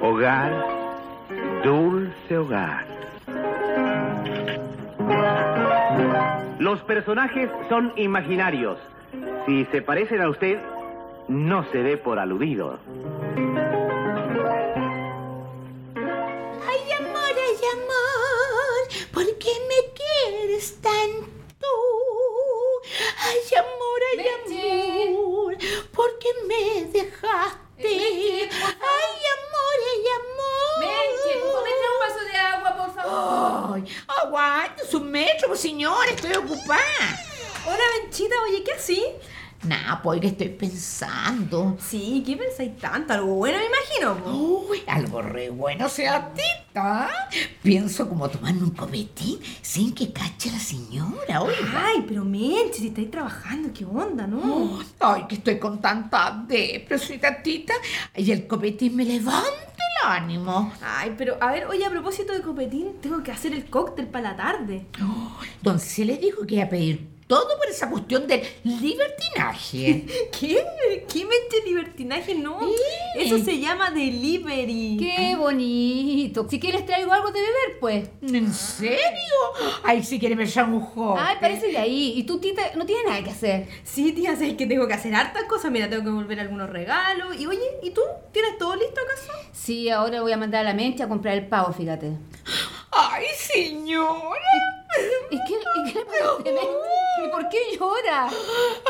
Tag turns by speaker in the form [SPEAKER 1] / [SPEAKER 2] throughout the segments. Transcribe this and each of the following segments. [SPEAKER 1] Hogar, dulce hogar. Los personajes son imaginarios. Si se parecen a usted, no se dé por aludido.
[SPEAKER 2] Ay, amor, ay, amor, ¿por qué me quieres tanto? Ay, amor, ay,
[SPEAKER 3] Vete.
[SPEAKER 2] amor, ¿por qué me dejaste?
[SPEAKER 3] Vete, por favor.
[SPEAKER 2] Ay, amor, ay, amor.
[SPEAKER 3] Meche, por favor, me trae un vaso de agua, por favor.
[SPEAKER 2] Ay, aguante su metro, señora, estoy ocupada.
[SPEAKER 3] Hola, Menchita, oye, ¿qué así?
[SPEAKER 2] Nah, pues que estoy pensando.
[SPEAKER 3] Sí, ¿qué pensáis tanto? Algo bueno, me imagino. po.
[SPEAKER 2] Uy, algo re bueno sea tita. Pienso como tomarme un copetín sin que cache la señora,
[SPEAKER 4] Ah.
[SPEAKER 2] oiga.
[SPEAKER 3] Ay, pero Menche, si estáis trabajando, ¿qué onda, no?
[SPEAKER 2] Ay, que estoy con tanta depresión, tita. Y el copetín me levanta el ánimo.
[SPEAKER 3] Ay, pero a ver, oye, a propósito de copetín, tengo que hacer el cóctel para la tarde.
[SPEAKER 2] Don le dijo que iba a pedir todo por esa cuestión del libertinaje.
[SPEAKER 3] ¿Qué? ¿Qué Menche libertinaje? No. Eso se llama delivery.
[SPEAKER 4] ¡Qué bonito! Si quieres traigo algo de beber, pues.
[SPEAKER 2] ¿En serio? Ay, si quiere me chamujo.
[SPEAKER 4] Ay, parece de ahí. Y tú, tita, no tienes nada que hacer.
[SPEAKER 3] Sí, tía, sé que tengo que hacer hartas cosas. Mira, tengo que volver algunos regalos. Y oye, ¿y tú? ¿Tienes todo listo acaso?
[SPEAKER 4] Sí, ahora voy a mandar a la mente a comprar el pavo, fíjate.
[SPEAKER 2] Ay, señora.
[SPEAKER 4] ¿Y qué, y qué le pasa a este Menche? ¿Y por qué llora?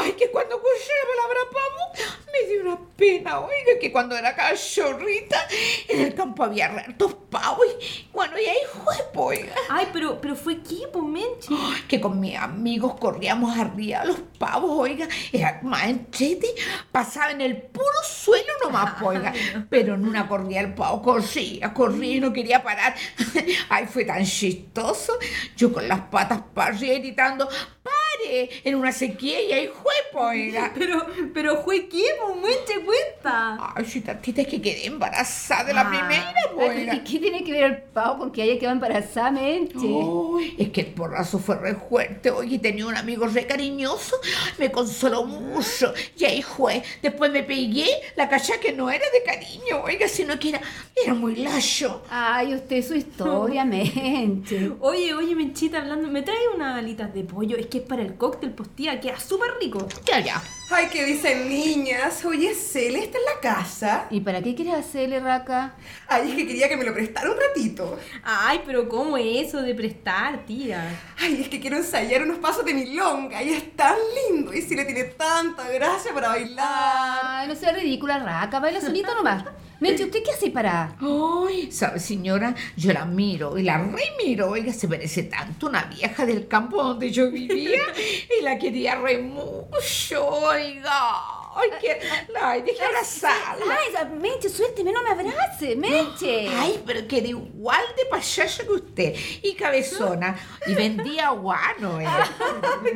[SPEAKER 2] Ay, que cuando escuché la palabra pavo me dio una pena, oiga, que cuando era cachorrita en el campo había hartos pavos y bueno, y ahí fue, po, oiga.
[SPEAKER 3] Ay, pero, pero fue equipo, Menche.
[SPEAKER 2] Ay, Que con mis amigos corríamos arriba de los pavos, oiga, era más entrete, pasaba en el puro suelo nomás, po, oiga, pero en una corría el pavo, corría, corría y no quería parar. Ay, fue tan chistoso, yo con las patas para arriba gritando, pare, en una sequía y ahí fue, po, oiga.
[SPEAKER 3] Pero, pero fue equipo, Menche, cuenta.
[SPEAKER 2] Ay, si tantita es que quedé embarazada de la
[SPEAKER 3] Ah.
[SPEAKER 2] primera,
[SPEAKER 4] Ay, ¿Y
[SPEAKER 2] pues.
[SPEAKER 4] qué tiene que ver el pavo con que haya quedado embarazada, Menche?
[SPEAKER 2] Uy, es que el porrazo fue re fuerte. Oye, tenía un amigo re cariñoso, me consoló mucho. Y ahí fue. Después me pegué la cacha que no era de cariño, oiga, sino que era, era muy lacho.
[SPEAKER 4] Ay, usted su historia, Menche.
[SPEAKER 3] Oye, oye, Menchita, hablando, ¿me traes unas alitas de pollo? Es que es para el cóctel, postía, queda súper rico.
[SPEAKER 2] Ya, ya.
[SPEAKER 5] Ay, ¿qué dicen niñas? Oye, Celeste en la casa.
[SPEAKER 4] ¿Y para qué quieres hacerle, Raca?
[SPEAKER 5] Ay, es que quería que me lo prestara un ratito.
[SPEAKER 3] Ay, pero ¿cómo es eso de prestar, tía?
[SPEAKER 5] Ay, es que quiero ensayar unos pasos de milonga y es tan lindo. Y si le tiene tanta gracia para bailar.
[SPEAKER 4] Ay, no sea ridícula, Raca. Baila solita nomás. Menche, ¿usted qué hace para...?
[SPEAKER 2] Ay, ¿sabe, señora? Yo la miro y la remiro. Oiga, se parece tanto a una vieja del campo donde yo vivía y la quería re mucho, oiga. Ay, que, ay, dejé abrazarla.
[SPEAKER 4] Ay, Menche, suélteme, no me abrace, Menche.
[SPEAKER 2] Ay, pero que era igual de payasa que usted. Y cabezona. Y vendía guano, eh.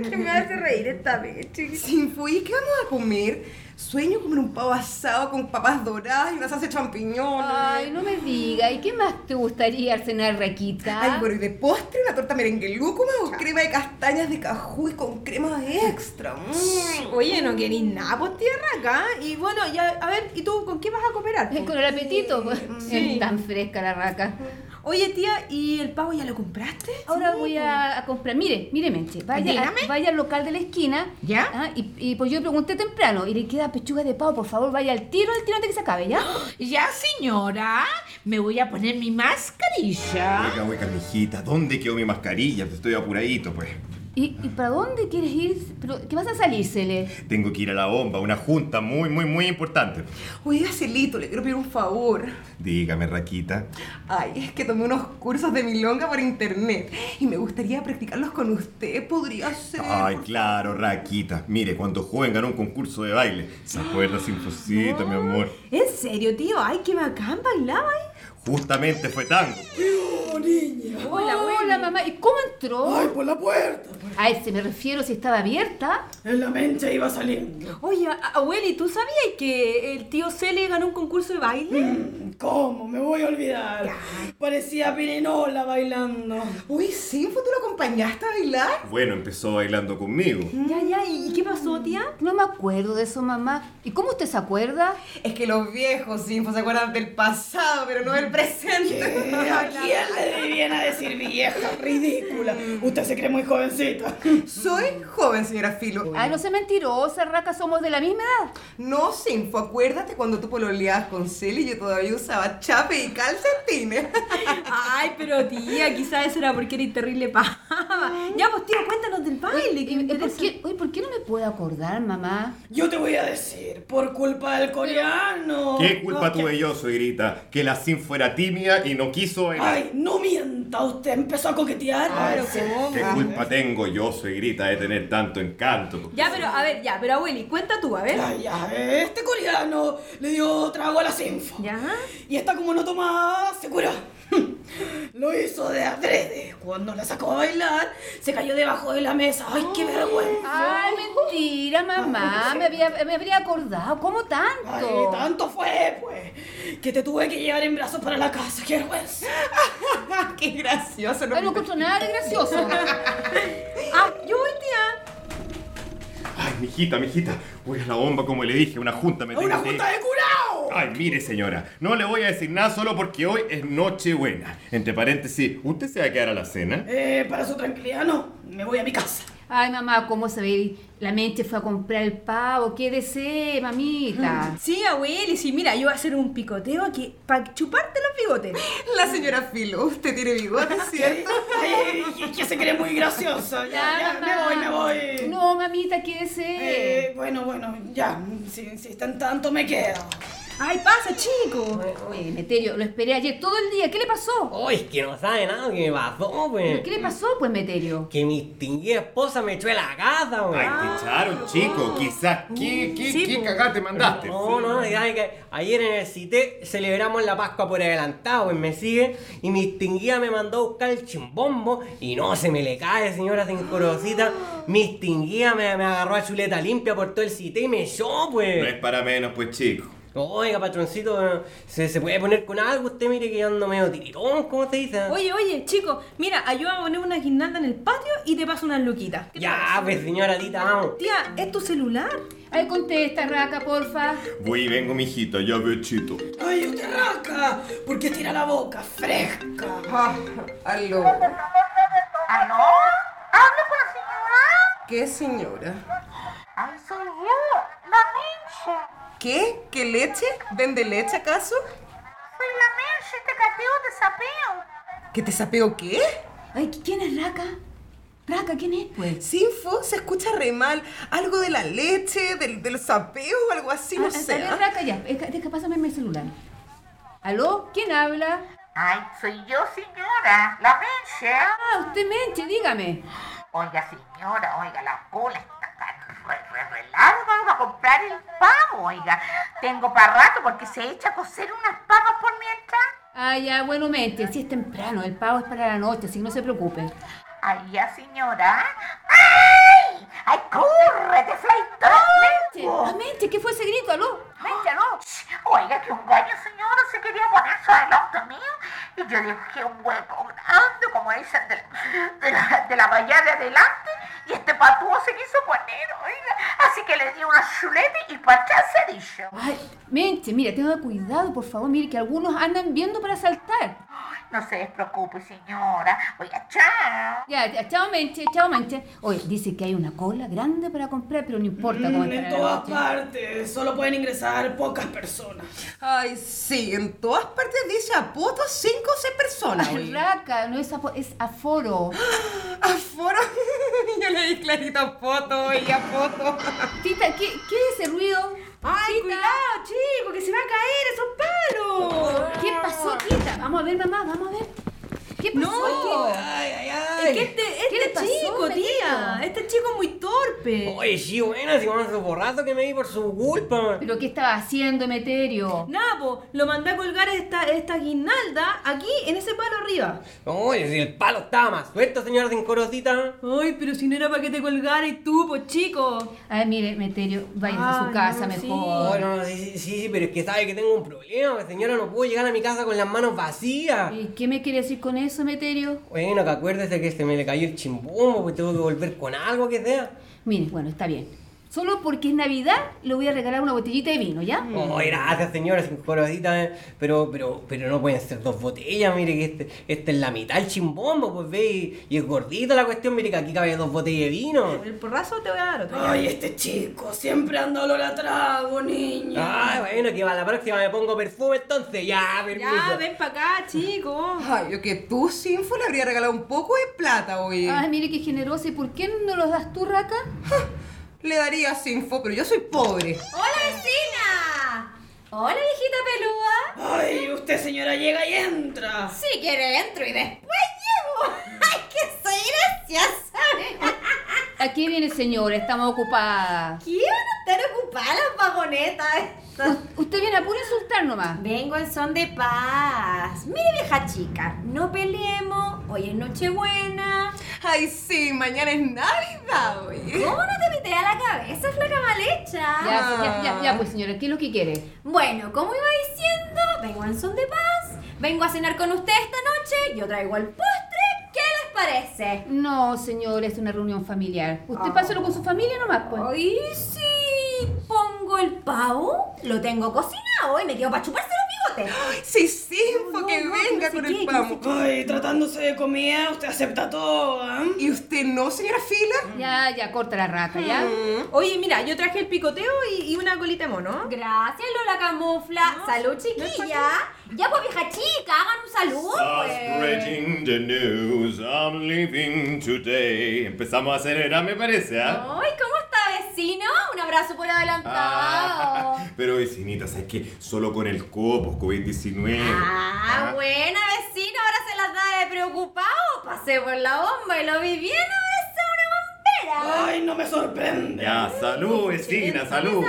[SPEAKER 5] que me hace reír esta vez, Sin fui, ¿qué vamos a comer? Sueño comer un pavo asado con papas doradas y una salsa de champiñones.
[SPEAKER 4] Ay, no me diga, ¿y qué más te gustaría cenar, Raquita?
[SPEAKER 5] Ay, bueno, y de postre una torta merengue lúcuma o crema de castañas de cajú y con crema extra. Mm.
[SPEAKER 3] Oye, no querís nada, postía, acá. Y bueno, ya, a ver, ¿y tú con qué vas a cooperar? po?
[SPEAKER 4] Con el apetito, pues.
[SPEAKER 3] sí.
[SPEAKER 4] Es tan fresca la raca.
[SPEAKER 3] Oye, tía, ¿y el pavo ya lo compraste?
[SPEAKER 4] Ahora voy a, a comprar. Mire, mire, Menche. Vaya, a-
[SPEAKER 2] Dígame.
[SPEAKER 4] vaya al local de la esquina.
[SPEAKER 2] ¿Ya?
[SPEAKER 4] ah, y, y pues yo pregunté temprano. Y le queda pechuga de pavo, por favor, vaya al tiro, al tiro antes que se acabe, ¿ya?
[SPEAKER 2] Ya, señora, me voy a poner mi mascarilla.
[SPEAKER 6] Hueca, hueca, mijita, ¿dónde quedó mi mascarilla? Estoy apuradito, pues.
[SPEAKER 4] ¿Y, y para dónde quieres ir? Pero, ¿Qué vas a salírsele?
[SPEAKER 6] Tengo que ir a la bomba, una junta muy, muy, muy importante.
[SPEAKER 5] Oiga, Celito, le quiero pedir un favor.
[SPEAKER 6] Dígame, Raquita.
[SPEAKER 5] Ay, es que tomé unos cursos de milonga por internet y me gustaría practicarlos con usted. Podría ser.
[SPEAKER 6] Ay,
[SPEAKER 5] por
[SPEAKER 6] claro, Raquita. Mire, cuando joven ganó un concurso de baile. ¿Se acuerda, sin mi amor?
[SPEAKER 3] ¿En serio, tío? Ay, qué bacán bailaba, ¿eh?
[SPEAKER 6] Justamente fue tango.
[SPEAKER 4] Hola, hola, mamá. ¿Y cómo entró?
[SPEAKER 7] ¡Ay, por la puerta!
[SPEAKER 4] A ese me refiero si estaba abierta.
[SPEAKER 7] En la mente iba saliendo.
[SPEAKER 8] Oye, a- abueli, ¿tú sabías que el tío Cele ganó un concurso de baile?
[SPEAKER 7] Mm. ¿Cómo? Me voy a olvidar. Parecía pirinola bailando.
[SPEAKER 5] Uy, Sinfo, ¿tú lo acompañaste a bailar?
[SPEAKER 6] Bueno, empezó bailando conmigo.
[SPEAKER 8] Ya, ya, ¿y qué pasó, tía?
[SPEAKER 4] No me acuerdo de eso, mamá. ¿Y cómo usted se acuerda?
[SPEAKER 5] Es que los viejos Sinfo se acuerdan del pasado, pero no del presente.
[SPEAKER 7] ¿A quién le viene a decir vieja ridícula? Usted se cree muy jovencita.
[SPEAKER 5] Mm. Soy joven, señora Filo.
[SPEAKER 4] Ay, no sé mentirosa, raca, somos de la misma edad.
[SPEAKER 5] No, Sinfo, acuérdate cuando tú pololeabas con Celi y yo todavía usaba chape y calcetines.
[SPEAKER 8] Ay, pero tía, quizás eso era porque eres terrible pava. Ya, pues, tío, cuéntanos del baile. que me
[SPEAKER 4] ¿Y- y Mm. eh, por,
[SPEAKER 8] interesa.
[SPEAKER 4] qué, oye, ¿por qué no me puedo acordar, mamá?
[SPEAKER 7] Yo te voy a decir, por culpa del coreano.
[SPEAKER 6] ¿Qué culpa
[SPEAKER 7] No, que-
[SPEAKER 6] tuve yo, suegrita? Que la sin fuera tímida y no quiso bailar.
[SPEAKER 7] Ay, no mienta, usted empezó a coquetear.
[SPEAKER 6] ¿Qué culpa tengo yo, suegrita, de tener tanto encanto?
[SPEAKER 8] Ya, pero, a ver, ya, pero, abueli, cuenta tú, a ver.
[SPEAKER 7] Ay, ya, este coreano le dio trago a la sinfo.
[SPEAKER 8] Ya.
[SPEAKER 7] Y esta como no tomaba, se curó. Lo hizo de adrede. Cuando la sacó a bailar, se cayó debajo de la mesa. ¡Ay, qué vergüenza!
[SPEAKER 4] Ay, mentira, mamá. Me, había, me habría acordado. ¿Cómo
[SPEAKER 7] Ay,
[SPEAKER 4] tanto?
[SPEAKER 7] tanto fue, pues, que te tuve que llevar en brazos para la casa. ¡Qué vergüenza!
[SPEAKER 5] ¡Qué gracioso!
[SPEAKER 4] Ay, no encuentro nada de gracioso.
[SPEAKER 8] Ah, yo voy, tía.
[SPEAKER 6] Ay, mijita, mijita, voy a la bomba como le dije, una junta me
[SPEAKER 7] ¡A una
[SPEAKER 6] tengo que ir.
[SPEAKER 7] junta de curado!
[SPEAKER 6] Ay, mire señora, no le voy a decir nada solo porque hoy es Nochebuena. Entre paréntesis, ¿usted se va a quedar a la cena?
[SPEAKER 7] Eh, para su tranquilidad, no. Me voy a mi casa.
[SPEAKER 4] Ay, mamá, ¿cómo se ve? La mente fue a comprar el pavo. ¿Qué desee, mamita?
[SPEAKER 8] Sí, abueli, sí, mira, yo voy a hacer un picoteo aquí para chuparte los bigotes.
[SPEAKER 5] La señora Filo, usted tiene bigote, ¿cierto?
[SPEAKER 7] Ay, es que se cree muy gracioso. Ya, ya, me voy, me voy.
[SPEAKER 4] Ah, No, mamita, ¿qué desee?
[SPEAKER 7] Eh, bueno, bueno, ya. Si, si están tanto, me quedo.
[SPEAKER 8] Ay, pasa, chico.
[SPEAKER 4] Oye, Meterio, Eh, lo esperé ayer todo el día. ¿Qué le pasó?
[SPEAKER 9] Uy, es que no sabe nada lo que me pasó,
[SPEAKER 4] ¿Pero
[SPEAKER 9] pues.
[SPEAKER 4] qué le pasó, pues, Meterio?
[SPEAKER 9] Que mi distinguida esposa me echó de la casa,
[SPEAKER 6] Ay,
[SPEAKER 9] weón.
[SPEAKER 6] te echaron, chico, quizás. ¿Qué, qué,
[SPEAKER 8] Mm, Sí,
[SPEAKER 6] qué
[SPEAKER 8] po.
[SPEAKER 6] cagada te mandaste?
[SPEAKER 9] No, no, ya es que ayer en el CITE celebramos la Pascua por adelantado, pues me sigue. Y mi distinguida me mandó a buscar el chimbombo. Y no, se me le cae, señora sin corosita. Mi distinguida me, me agarró a chuleta limpia por todo el CITE y me echó,
[SPEAKER 6] No es
[SPEAKER 9] pues.
[SPEAKER 6] para menos, pues, chico.
[SPEAKER 9] Oiga, patroncito, ¿se, se puede poner con algo? Usted mire que yo ando medio tiritón, ¿cómo se dice?
[SPEAKER 8] Oye, oye, chico, mira, ayúdame a poner una guirnalda en el patio y te paso unas luquitas. ¿Qué te
[SPEAKER 9] ya, pues señora Tita, vamos.
[SPEAKER 8] parece? Tía, ¿es tu celular?
[SPEAKER 4] Ay, contesta, Raca, porfa.
[SPEAKER 6] Voy y vengo, mijita, ya bechito.
[SPEAKER 7] ¡Ay, usted raca! ¿Por qué estira la boca? ¡Fresca!
[SPEAKER 5] Ah, aló.
[SPEAKER 2] ¿Aló? ¿Hablo con la señora?
[SPEAKER 5] ¿Qué señora?
[SPEAKER 2] Ay, soy yo, la Menche.
[SPEAKER 5] ¿Qué? ¿Qué leche? ¿Vende leche acaso?
[SPEAKER 2] Soy la Menche, este te cateo de sapeo.
[SPEAKER 5] ¿Que te sapeo qué?
[SPEAKER 4] Ay, ¿quién es Raca? Raca, ¿quién es, pues?
[SPEAKER 5] Sinfo se escucha re mal. Algo de la leche, del, del sapeo o algo así, no
[SPEAKER 4] Ah,
[SPEAKER 5] sé.
[SPEAKER 4] a ver,
[SPEAKER 5] ¿ah?
[SPEAKER 4] Raca, ya. Deja, deja, pásame el celular. ¿Aló? ¿Quién habla?
[SPEAKER 2] Ay, soy yo, señora, la Menche.
[SPEAKER 4] Ah, usted menche, dígame.
[SPEAKER 2] Oiga, señora, oiga, la cola está ca- re, re, re larga. Vamos a comprar el pavo, oiga. Tengo para rato porque se echa a cocer unas papas por mientras.
[SPEAKER 4] Ah, ya, bueno, mente. Si es temprano, el pago es para la noche, así que no se preocupe.
[SPEAKER 2] Ay, ya, señora. ¡Ay! ¡Ay, córrete,
[SPEAKER 4] Che,
[SPEAKER 2] fleitón!
[SPEAKER 4] ah, mente, ¿qué fue ese grito? ¿Aló?
[SPEAKER 2] Métalo. Oiga, que un gallo, señora, se quería poner sobre el auto mío. Y yo dejé un hueco grande, como dicen, de la, de la, de la valla de adelante. Y este patúo se quiso poner, oiga. Así que le di una chuleta y para atrás se dicho.
[SPEAKER 4] Ay, mente, mira, tenga cuidado, por favor. Mire que algunos andan viendo para saltar.
[SPEAKER 2] No se despreocupe, señora. Oiga, chao.
[SPEAKER 4] Ya, ya, chao, mente, chao, mente. Oye, dice que hay una cola grande para comprar, pero no importa cómo
[SPEAKER 7] Mm,
[SPEAKER 4] entrar
[SPEAKER 7] en
[SPEAKER 4] a la
[SPEAKER 7] todas
[SPEAKER 4] noche.
[SPEAKER 7] partes, solo pueden ingresar pocas personas.
[SPEAKER 5] Ay, sí, en todas partes dice apoto 5 o 6 personas. oye.
[SPEAKER 4] Raca, no es aforo, es aforo.
[SPEAKER 5] Aforo. Yo le di clarito apoto y apoto.
[SPEAKER 4] Tita, ¿qué, qué es ese ruido?
[SPEAKER 8] Ay, cuidado, chico, que se va a caer esos palos.
[SPEAKER 4] ¿Qué
[SPEAKER 3] Ah.
[SPEAKER 4] pasó, Tita? Vamos a ver, mamá, vamos a ver. ¿Qué pasó?
[SPEAKER 8] No.
[SPEAKER 4] Tita?
[SPEAKER 5] Ay, ay,
[SPEAKER 8] Es que
[SPEAKER 5] ay.
[SPEAKER 8] este,
[SPEAKER 4] ¿Qué le
[SPEAKER 8] este
[SPEAKER 4] pasó,
[SPEAKER 8] chico,
[SPEAKER 4] Benito?
[SPEAKER 8] tía, este chico es muy torpe,
[SPEAKER 3] culpe.
[SPEAKER 9] Oye, sí, buena, si vamos a su borrazo que me di por su culpa.
[SPEAKER 4] ¿Pero qué estaba haciendo, Emeterio?
[SPEAKER 3] Nada, po, lo mandé a colgar esta, esta guinalda aquí en ese palo arriba.
[SPEAKER 9] Oye, si el palo estaba más suelto, señora Cincorosita.
[SPEAKER 3] Ay, pero si no era para que te colgara y tú, po, chico.
[SPEAKER 4] A ver, mire, Emeterio, váyanse a
[SPEAKER 3] Ay,
[SPEAKER 4] su casa
[SPEAKER 3] no, sí.
[SPEAKER 4] mejor.
[SPEAKER 9] Bueno, sí, sí, sí, pero es que sabe que tengo un problema. Señora, no puedo llegar a mi casa con las manos vacías.
[SPEAKER 4] ¿Y Eh, qué me quiere decir con eso, Emeterio?
[SPEAKER 9] Bueno, que acuérdese que se me le cayó el chimbombo, pues tengo que volver con algo que sea.
[SPEAKER 4] Mire, bueno, está bien. Solo porque es Navidad le voy a regalar una botellita de vino, ¿ya?
[SPEAKER 9] Oh, gracias, señora Cincorosita. eh. Pero, pero, pero no pueden ser dos botellas, mire que este, este es la mitad el chimbombo, pues ve. Y, y es gordita la cuestión, mire que aquí cabe dos botellas de vino.
[SPEAKER 3] Por el porrazo te voy a dar otro.
[SPEAKER 7] Ay, este chico siempre anda olor a trago, niña.
[SPEAKER 9] Ay, bueno, que va la próxima me pongo perfume entonces. Ya, permiso.
[SPEAKER 3] Ya, ven para acá, chico.
[SPEAKER 5] Ay, yo que tú, Sinfo, le habría regalado un poco de plata, oye.
[SPEAKER 4] Ay, mire qué generosa. ¿Y por qué no los das tú, Rata?
[SPEAKER 5] Le daría a Sinfo, pero yo soy pobre.
[SPEAKER 8] ¡Hola, vecina! ¡Hola, hijita pelúa!
[SPEAKER 7] Ay, usted señora llega y entra.
[SPEAKER 8] Si quiere entro y después llevo. ¡Ay, que soy graciosa!
[SPEAKER 4] ¿A qué viene, señora? Estamos ocupadas.
[SPEAKER 8] ¿Qué van a estar ocupadas las vagonetas? estas?
[SPEAKER 4] Usted viene a puro insultar nomás.
[SPEAKER 8] Vengo en son de paz. Mire, vieja chica, no peleemos. Hoy es Nochebuena.
[SPEAKER 5] Ay, sí, mañana es Navidad, oye.
[SPEAKER 8] ¿Cómo no te pitea la cabeza, flaca mal hecha?
[SPEAKER 4] Ya, ya, ya,
[SPEAKER 8] Ah.
[SPEAKER 4] ya, pues, señora, ¿qué es lo que quiere?
[SPEAKER 8] Bueno, como iba diciendo, vengo en son de paz. Vengo a cenar con usted esta noche. Yo traigo el postre. ¿Qué les parece?
[SPEAKER 4] No, señora, es una reunión familiar. Usted
[SPEAKER 8] Ah.
[SPEAKER 4] páselo con su familia nomás, pues.
[SPEAKER 8] Ay, sí. Pongo el pavo, lo tengo cocinado y me quedo para chuparse los bigotes.
[SPEAKER 5] Sí, Sinfo,
[SPEAKER 8] No,
[SPEAKER 5] que
[SPEAKER 8] no,
[SPEAKER 5] venga
[SPEAKER 8] que no sé
[SPEAKER 5] con
[SPEAKER 8] qué,
[SPEAKER 5] el
[SPEAKER 8] que no sé
[SPEAKER 5] pamo.
[SPEAKER 7] Ay, tratándose de comida, usted acepta todo, ¿eh?
[SPEAKER 5] ¿Y usted no, señora Fila?
[SPEAKER 4] Ya, ya, corta la rata, ¿ya?
[SPEAKER 8] Hmm.
[SPEAKER 3] Oye, mira, yo traje el picoteo y, y una colita de mono.
[SPEAKER 8] Gracias, Lola Camufla. salud, chiquilla. ya, pues, vieja chica, hagan un salud, pues.
[SPEAKER 6] Spreading the news, I'm leaving today. Empezamos a acelerar, me parece, ¿ah?
[SPEAKER 8] Ay, ¿cómo está, vecino? Un abrazo por adelantado.
[SPEAKER 6] Ah, pero vecinita, ¿sabes qué? Solo con el copo, COVID-19.
[SPEAKER 8] Ah, buena vecino, ahora se las da de preocupado. Pasé por la bomba y lo vi bien a una bombera.
[SPEAKER 7] Ay, no me sorprende.
[SPEAKER 6] Ya, salud, vecina, salud.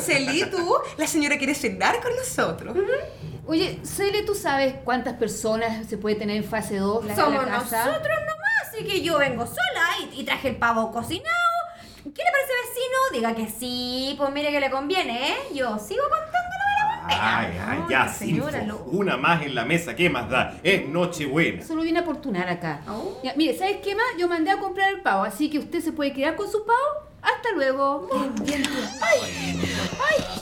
[SPEAKER 5] Celí, tú, la señora quiere cenar con nosotros.
[SPEAKER 8] Mm,
[SPEAKER 4] Oye, Cele, ¿tú sabes cuántas personas se puede tener en fase 2 la,
[SPEAKER 8] Somos
[SPEAKER 4] la casa?
[SPEAKER 8] nosotros nomás, así que yo vengo sola y, y traje el pavo cocinado. ¿Qué le parece, vecino? Diga que sí, pues mire que le conviene, ¿eh? Yo sigo contándolo de la bombera.
[SPEAKER 6] Ay, ay, ya, Sinfo.
[SPEAKER 8] señora, lo-
[SPEAKER 6] Una más en la mesa, ¿qué más da? Es Nochebuena.
[SPEAKER 4] Solo viene a aportunar acá.
[SPEAKER 8] Oh.
[SPEAKER 4] Ya, mire, ¿sabes qué más? Yo mandé a comprar el pavo, así que usted se puede quedar con su pavo. Hasta luego.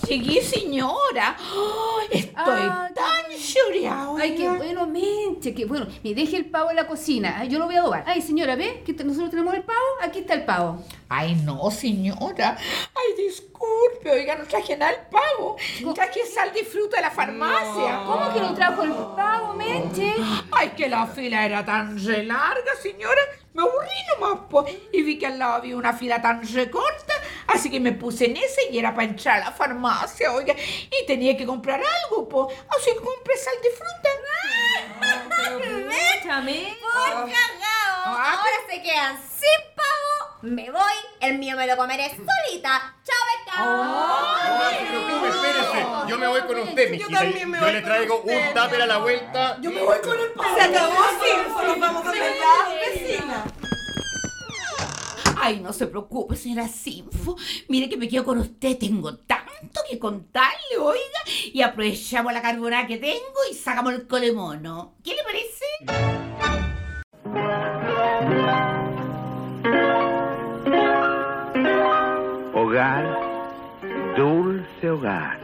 [SPEAKER 2] Llegué, señora. ¡Ay, estoy
[SPEAKER 3] Ah,
[SPEAKER 4] Ay,
[SPEAKER 2] tan choreado.
[SPEAKER 4] Ay, qué bueno, menche, qué bueno. Me deje el pavo en la cocina. Ay, yo lo voy a adobar. Ay, señora, ¿ve? Que te- nosotros tenemos el pavo. Aquí está el pavo.
[SPEAKER 2] Ay, no, señora. Ay, disculpe, oiga, no traje nada el pavo. Traje sal de fruta de la farmacia.
[SPEAKER 4] ¿Cómo que no trajo el pavo, menche?
[SPEAKER 2] Ay, que la fila era tan re larga, señora. Me aburrí nomás, po. Y vi que al lado había una fila tan recorta. Así que me puse en esa y era para entrar a la farmacia, oiga. Y tenía que comprar algo, po. Así que compré sal de fruta.
[SPEAKER 3] Escúchame.
[SPEAKER 8] ¿eh? ¡Por cagao!
[SPEAKER 2] Ah.
[SPEAKER 8] Ahora se quedan sin pavo. Me voy, el mío me lo comeré solita. ¡Chao,
[SPEAKER 6] Ay, pero tú, espérese. Yo me voy con usted, mijita.
[SPEAKER 5] también me
[SPEAKER 6] Yo
[SPEAKER 5] voy
[SPEAKER 6] le
[SPEAKER 5] con
[SPEAKER 6] traigo
[SPEAKER 5] usted.
[SPEAKER 6] un tupper a la vuelta.
[SPEAKER 5] Yo me voy con el pavo. Se acabó, Sinfo, nos vamos a cenar, vecina.
[SPEAKER 2] Ay, no se preocupe, señora Sinfo. Mire que me quedo con usted. Tengo tanto que contarle, oiga. Y aprovechamos la carbonada que tengo y sacamos el colemono. ¿Qué le parece?
[SPEAKER 1] Hogar, dulce hogar.